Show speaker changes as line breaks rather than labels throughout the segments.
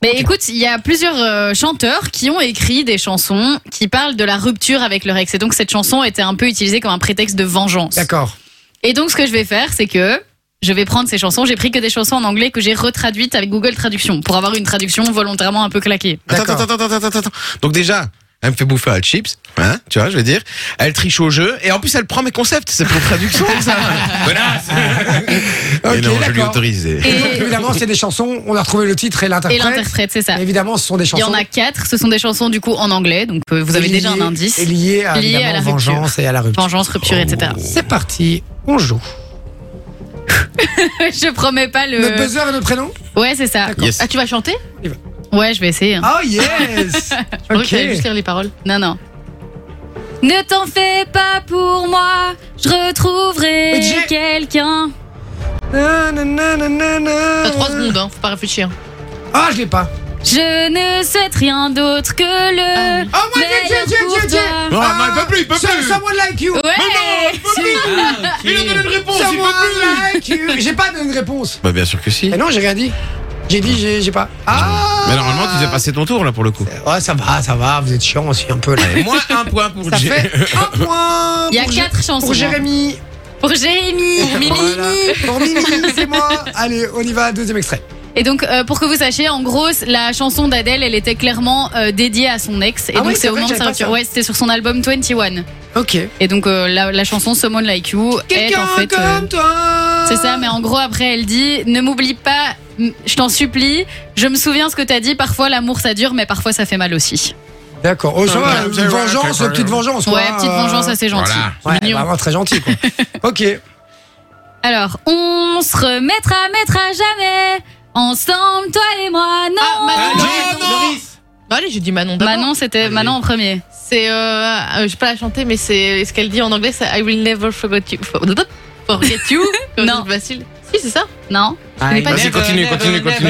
Mais écoute, il y a plusieurs euh, chanteurs qui ont écrit des chansons qui parlent de la rupture avec leur ex. Et donc cette chanson était un peu utilisée comme un prétexte de vengeance.
D'accord.
Et donc ce que je vais faire, c'est que je vais prendre ces chansons. J'ai pris que des chansons en anglais que j'ai retraduites avec Google Traduction pour avoir une traduction volontairement un peu claquée.
D'accord.
Attends, attends, attends, attends, attends, attends. Donc déjà, elle me fait bouffer à la chips, hein, tu vois, je veux dire. Elle triche au jeu et en plus elle prend mes concepts. C'est pour traduction, ça. Connasse.
Ok,
Et non, je lui ai
d'accord.
autorisé.
Donc,
Et,
évidemment, c'est des chansons. On a retrouvé le titre et
et
l'interprète.
l'interprète, c'est ça.
Et Évidemment, ce sont des
Il y
chansons.
en a quatre. Ce sont des chansons du coup en anglais. Donc euh, vous avez déjà un
liées-
indice.
Et liées à,
Liées
évidemment,
à la
vengeance et à la rupture.
Vengeance, rupture, etc.
C'est parti. On joue.
je promets pas le.
Notre buzzer et notre prénom
Ouais, c'est ça.
Yes.
Ah, tu vas chanter
Ouais, je vais essayer. hein.
Oh yes
Je croyais que
Ok.
t'allais juste lire les paroles.
Non, non. Ne t'en fais pas pour moi, je retrouverai
Mais j'ai-
quelqu'un.
T'as
T'as
3 secondes, hein, faut pas réfléchir.
Ah, je l'ai pas.
Je ne souhaite rien d'autre que le.
Ah
Oh, moi, j'ai, j'ai,
meilleur
j'ai,
pour
j'ai,
toi.
j'ai.
Non,
Ah,
non, il peut plus, il peut
Some-
plus.
Someone like you.
Ouais.
Il a donné une réponse, il
Someone
peut plus.
like you. J'ai pas donné de réponse.
Bah bien sûr que si.
Mais non, j'ai rien dit. J'ai dit, j'ai, j'ai pas. Ah
Mais normalement, tu faisais passer ton tour là pour le coup.
Ouais, ça va, ça va. Vous êtes chiant aussi un peu là.
Moins un point pour
Ça
Jay.
fait un point.
Il y a
pour Jé-
quatre chansons. hein.
Pour Jérémy.
Pour Jérémy.
Voilà. Pour Mimi, c'est moi. Allez, on y va. Deuxième extrait.
Et donc, euh, pour que vous sachiez, en gros, la chanson d'Adèle, elle était clairement euh, dédiée à son ex. Et
Ah
donc,
oui, c'est
c'est au
vrai,
moment de
j'avais
sa
pas
rupture.
ça.
Ouais, c'était sur son album 21.
Ok.
Et donc, euh, la, la chanson Someone Like You est
Quelqu'un
en fait. euh,
comme toi.
C'est ça, mais en gros, après, elle dit Ne m'oublie pas, m- je t'en supplie, je me souviens ce que t'as dit, parfois l'amour ça dure, mais parfois ça fait mal aussi.
D'accord. Oh, ça
Ouais,
va.
ouais,
Une
ouais,
vengeance,
ouais,
une petite
ouais.
vengeance.
Ouais,
quoi.
petite vengeance,
Euh,
assez gentille.
voilà.
Ouais, bah
Mignon.
vraiment très gentil quoi. ok.
Alors, on se remettra, mettra jamais, ensemble, toi et moi, non
Ah, Manon,
Manon,
Manon,
Manon.
Doris. Bah, allez, j'ai dit Manon d'abord.
Manon, c'était Manon en premier.
C'est. Euh, euh, je sais pas la chanter, mais c'est ce qu'elle dit en anglais, c'est I will never forget you. for- Forget you Comme
Non.
c'est facile. Si, c'est ça.
Non
Je n'ai pas
Vas-y,
dit.
continue, continue, continue.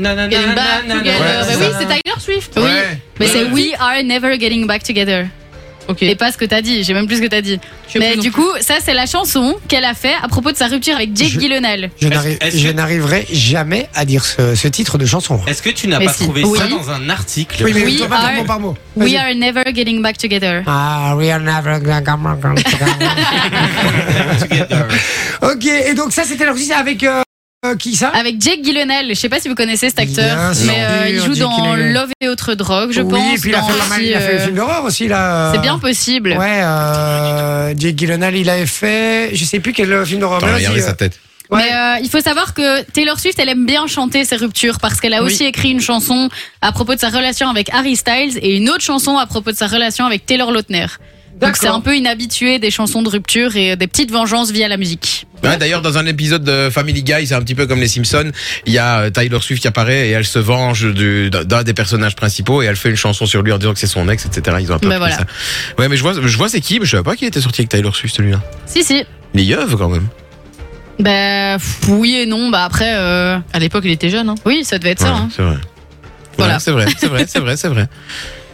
Getting back together.
Ouais,
Bah
c'est
oui,
ça.
c'est Tyler Swift.
Oui.
Ouais.
Mais
Ouais.
c'est We are never getting back together.
Ok.
Et pas ce que t'as dit, j'ai même plus ce que t'as dit.
Je sais
Mais
plus non
du coup, ça, c'est la chanson qu'elle a fait à propos de sa rupture avec Jake
Je-
Gyllenhaal.
Je
Est-ce-
n'arrive-
est-ce
je
que-
n'arriverai jamais à dire ce, ce titre de chanson.
Est-ce que tu n'as
Mais
pas
si.
trouvé
Oui.
ça dans un article
Oui, mais
We
toi, pas par
are-
mot par mot.
We
Vas-y.
are never getting back together.
Ah, we are never gonna come back.
Together.
ok, et donc ça c'était l'enregistré avec euh, euh, qui ça
Avec Jake Gyllenhaal, je sais pas si vous connaissez cet
Bien
acteur,
sûr.
mais euh, il joue
Jake
dans
Gyllenhaal.
Love et autres drogues, je
Oui,
pense.
et puis il a
dans
fait, pas mal,
aussi,
il a fait le
euh,
film d'horreur aussi là. euh,
C'est bien possible.
Ouais, euh, Jake Gyllenhaal il avait fait, je sais plus quel euh, film d'horreur.
Attends,
mais
regardez
aussi,
sa tête.
euh, ouais.
Mais euh, il faut savoir que Taylor Swift, elle aime bien chanter ses ruptures parce qu'elle a aussi écrit une chanson à propos de sa relation avec Harry Styles et une autre chanson à propos de sa relation avec Taylor Lautner. Donc
D'accord.
c'est un peu une habituée des chansons de rupture et euh, des petites vengeances via la musique.
Ouais, D'ailleurs, dans un épisode de Family Guy, c'est un petit peu comme les Simpsons. Il y a euh, Tyler Swift qui apparaît et elle se venge du- d'un des personnages principaux et elle fait une chanson sur lui en disant que c'est son ex, etc. Ils ont un peu
Ben
appris
voilà.
ça. Ouais, mais je vois, je vois c'est qui, mais je savais pas qu'il était sorti avec Tyler Swift celui-là.
Si si.
Les yeux quand même.
Bah pff, oui et non. Bah après, euh,
À l'époque, il était jeune. Hein.
oui, ça devait être ça.
Ouais,
hein.
C'est vrai.
Voilà.
Ouais, c'est vrai, c'est vrai, c'est vrai, c'est vrai.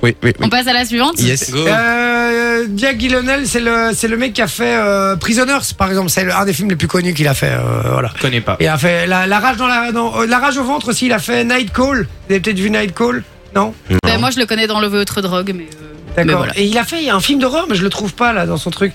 Oui, oui, oui.
On passe à la suivante.
Yes.
Go.
Euh, Jake Gyllenhaal, c'est le c'est le mec qui a fait euh, Prisoners par exemple, c'est le- un des films les plus connus qu'il a fait euh, voilà.
Je connais pas.
Il a fait la, la rage dans la dans- euh, la rage au ventre aussi, il a fait Night Call. Vous avez peut-être vu Night Call Non
Bah, moi, je le connais dans Love et autres drogues, mais. euh, mais
D'accord.
voilà.
Et il a fait un film d'horreur, mais je le trouve pas là dans son truc.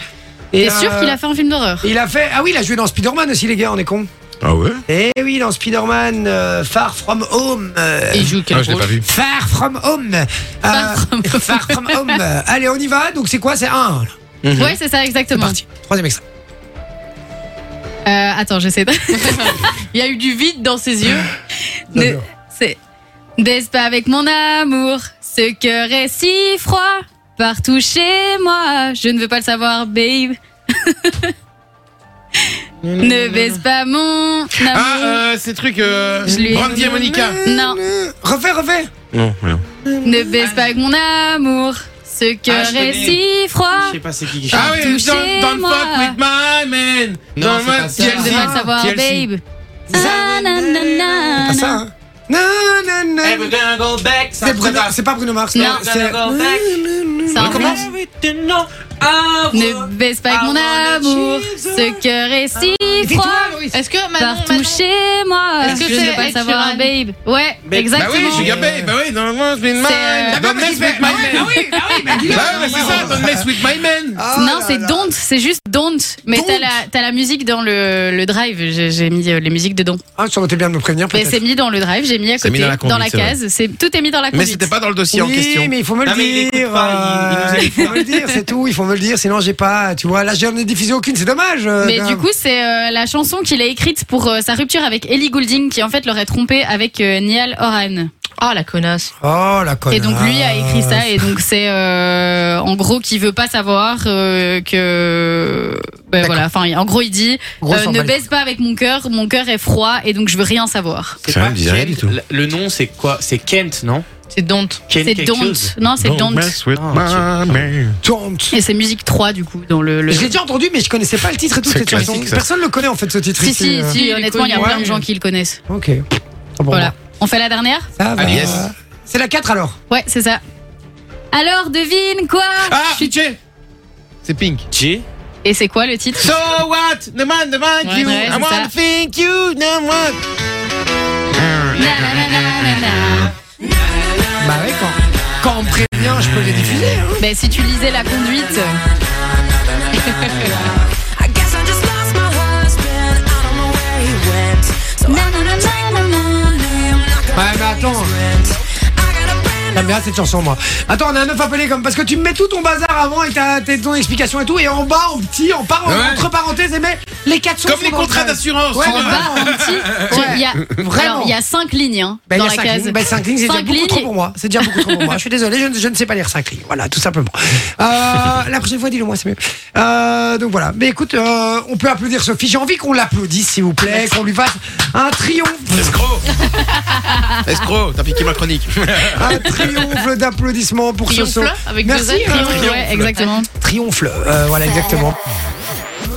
Et
T'es sûr
euh,
qu'il a fait un film d'horreur
Il a fait. Ah oui, il a joué dans Spider-Man aussi, les gars, on est cons.
Ah ouais
Eh oui, dans Spider-Man euh, Far From Home. euh,
Il joue quel
Ah, je l'ai
rôle
pas vu.
Far From Home. euh,
Far From Home.
Far From Home. Allez, on y va. Donc, c'est quoi C'est un. là.
Mhm.
Ouais, c'est ça,
C'est
exactement.
parti. Troisième extrait.
Euh, attends, j'essaie de.
Il y a eu du vide dans ses yeux.
Ne-
J'adore.
C'est. N'est-ce pas avec mon amour Ce cœur est si froid. Partout chez moi, je ne veux pas le savoir, babe. Ne baisse pas mon
Ah,
amour.
euh, ces trucs. Euh,
Je lui ai-
Brandy et Monica.
Non,
Euh, Refais, refais.
Non, rien.
ne baisse pas avec mon amour. Ce cœur
je
est
connais.
si froid.
Je sais pas c'est qui qui
Ah
chante.
oui,
Touchez-moi.
don't, don't fuck with my man.
Non,
Don't
c'est pas
fuck-
ça.
Je ne veux
TLC.
pas le savoir,
TLC.
babe. Ah, na, na, na,
C'est pas ça,
na.
hein. Non, non, non,
Eh ben, we're gonna go back. Ça
C'est Bruno-
recommence.
c'est pas Bruno Mars.
Non.
We're gonna go back.
Ça
recommence.
Everything on our-
Ne baisse pas avec mon amour, ce cœur est si froid.
Est-ce que Manon,
Partout chez moi.
Est-ce que
je
c'est
veux pas
Ed
savoir,
Sheeran
babe Ouais,
Bah
Bah oui,
exactement.
je suis gabé. Bah oui, normalement, je mets une main.
C'est, euh,
Don't mess with my man. Bah ouais, mais c'est ça, don't mess with my man.
Ah,
non, c'est Don't, c'est juste Don't. Mais
Don't.
t'as la, t'as la musique dans le, le drive. J'ai j'ai mis euh, les musiques dedans.
Ah, tu aurais été bien de me prévenir
Mais
peut-être.
c'est mis dans le drive, j'ai mis à
C'est
côté,
mis dans la conduite, c'est
case. C'est Tout est mis dans la
Mais
conduite.
c'était pas dans le dossier en
Oui,
question.
mais il faut me le
Non, mais il écoute
dire.
pas, il- il nous
euh,
écoute
Il faut me le dire, c'est tout. Il faut me le dire, sinon j'ai pas. Tu vois, là j'en ai diffusé aucune, c'est dommage. euh,
Mais
d'un-
du coup, c'est euh, la chanson qu'il a écrite pour euh, sa rupture avec Ellie Goulding, qui en fait l'aurait trompé avec euh, Niall Horan.
Oh la connasse.
Oh la conne.
Et donc lui a écrit ça, et donc c'est euh, en gros qu'il veut pas savoir euh, que ben voilà. Enfin, en gros, il dit
Gros,
euh,
s'en
ne
bat les
baisse pas avec mon cœur, mon cœur est froid, et donc je veux rien savoir.
C'est
Ça,
pas
elle me disait rien du tout.
Le- Le nom, c'est quoi C'est Kent, non
C'est don't.
Kent
C'est
quelque
Don't,
chose.
non, c'est Don't.
mess with
Ah,
my man.
Don't.
Et c'est musique 3 du coup dans le. le-
Je l'ai déjà entendu, mais je connaissais pas le titre et tout. de
C'est
toute façon.
classique, ça.
Personne le connaît en fait ce titre.
Si
ici,
si
euh.
si,
il est
honnêtement, il y a
connu.
plein de
Ouais.
gens qui le connaissent.
Ok. Ah bon,
Voilà. On fait la dernière
Ça va.
Allez, yes.
C'est la 4 alors.
Ouais, c'est ça. Alors devine quoi
Ah,
Je suis-
c'est Pink.
J.
Et c'est quoi le titre
So what? The man, the man,
Ouais,
you.
ouais,
I
c'est
wanna
ça.
thank you, the one.
Bah ouais, quand, quand on me prévient, je peux les diffuser. hein.
Ben si tu lisais la conduite.
I guess I just lost my husband. I don't know where he went. So I'm gonna take my money. I'm not gonna
Ouais, mais attends.
rent. I got a brand
J'aime bien cette chanson, moi. Attends, on a un œuf appelé comme. Parce que tu me mets tout ton bazar avant et ta, tes- ton explication et tout. Et en bas, en petit, en par-
Ouais.
entre parenthèses, et mais les 400
Comme les contrats d'assurance.
Ouais,
tu
mais
vois.
vraiment.
bah, En petit, tu-
Ouais.
il y a,
Ah. Vraiment.
alors, il y a cinq lignes hein,
Bah, il y
dans
a
la
cinq
case.
lignes. Bah, cinq lignes, c'est déjà
Cinq
beaucoup
lignes
trop
et-
pour moi. C'est déjà beaucoup trop pour moi. Je suis désolé, je, ne- je ne sais pas lire 5 lignes. Voilà, tout simplement. Euh, la prochaine fois, dis-le moi, c'est mieux. Euh, donc voilà. Mais écoute, euh, on peut applaudir Sophie. J'ai envie qu'on l'applaudisse, s'il vous plaît, qu'on lui fasse un triomphe.
Escroc. Escroc, t'as piqué ma chronique.
Un triomphe d'applaudissements pour ce saut.
Triomphe avec
Merci, Euh,
deux ailes.
hein.
Triomphe, ouais, exactement.
Triomphe, euh, voilà exactement.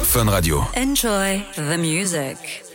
Fun Radio.
Enjoy the music.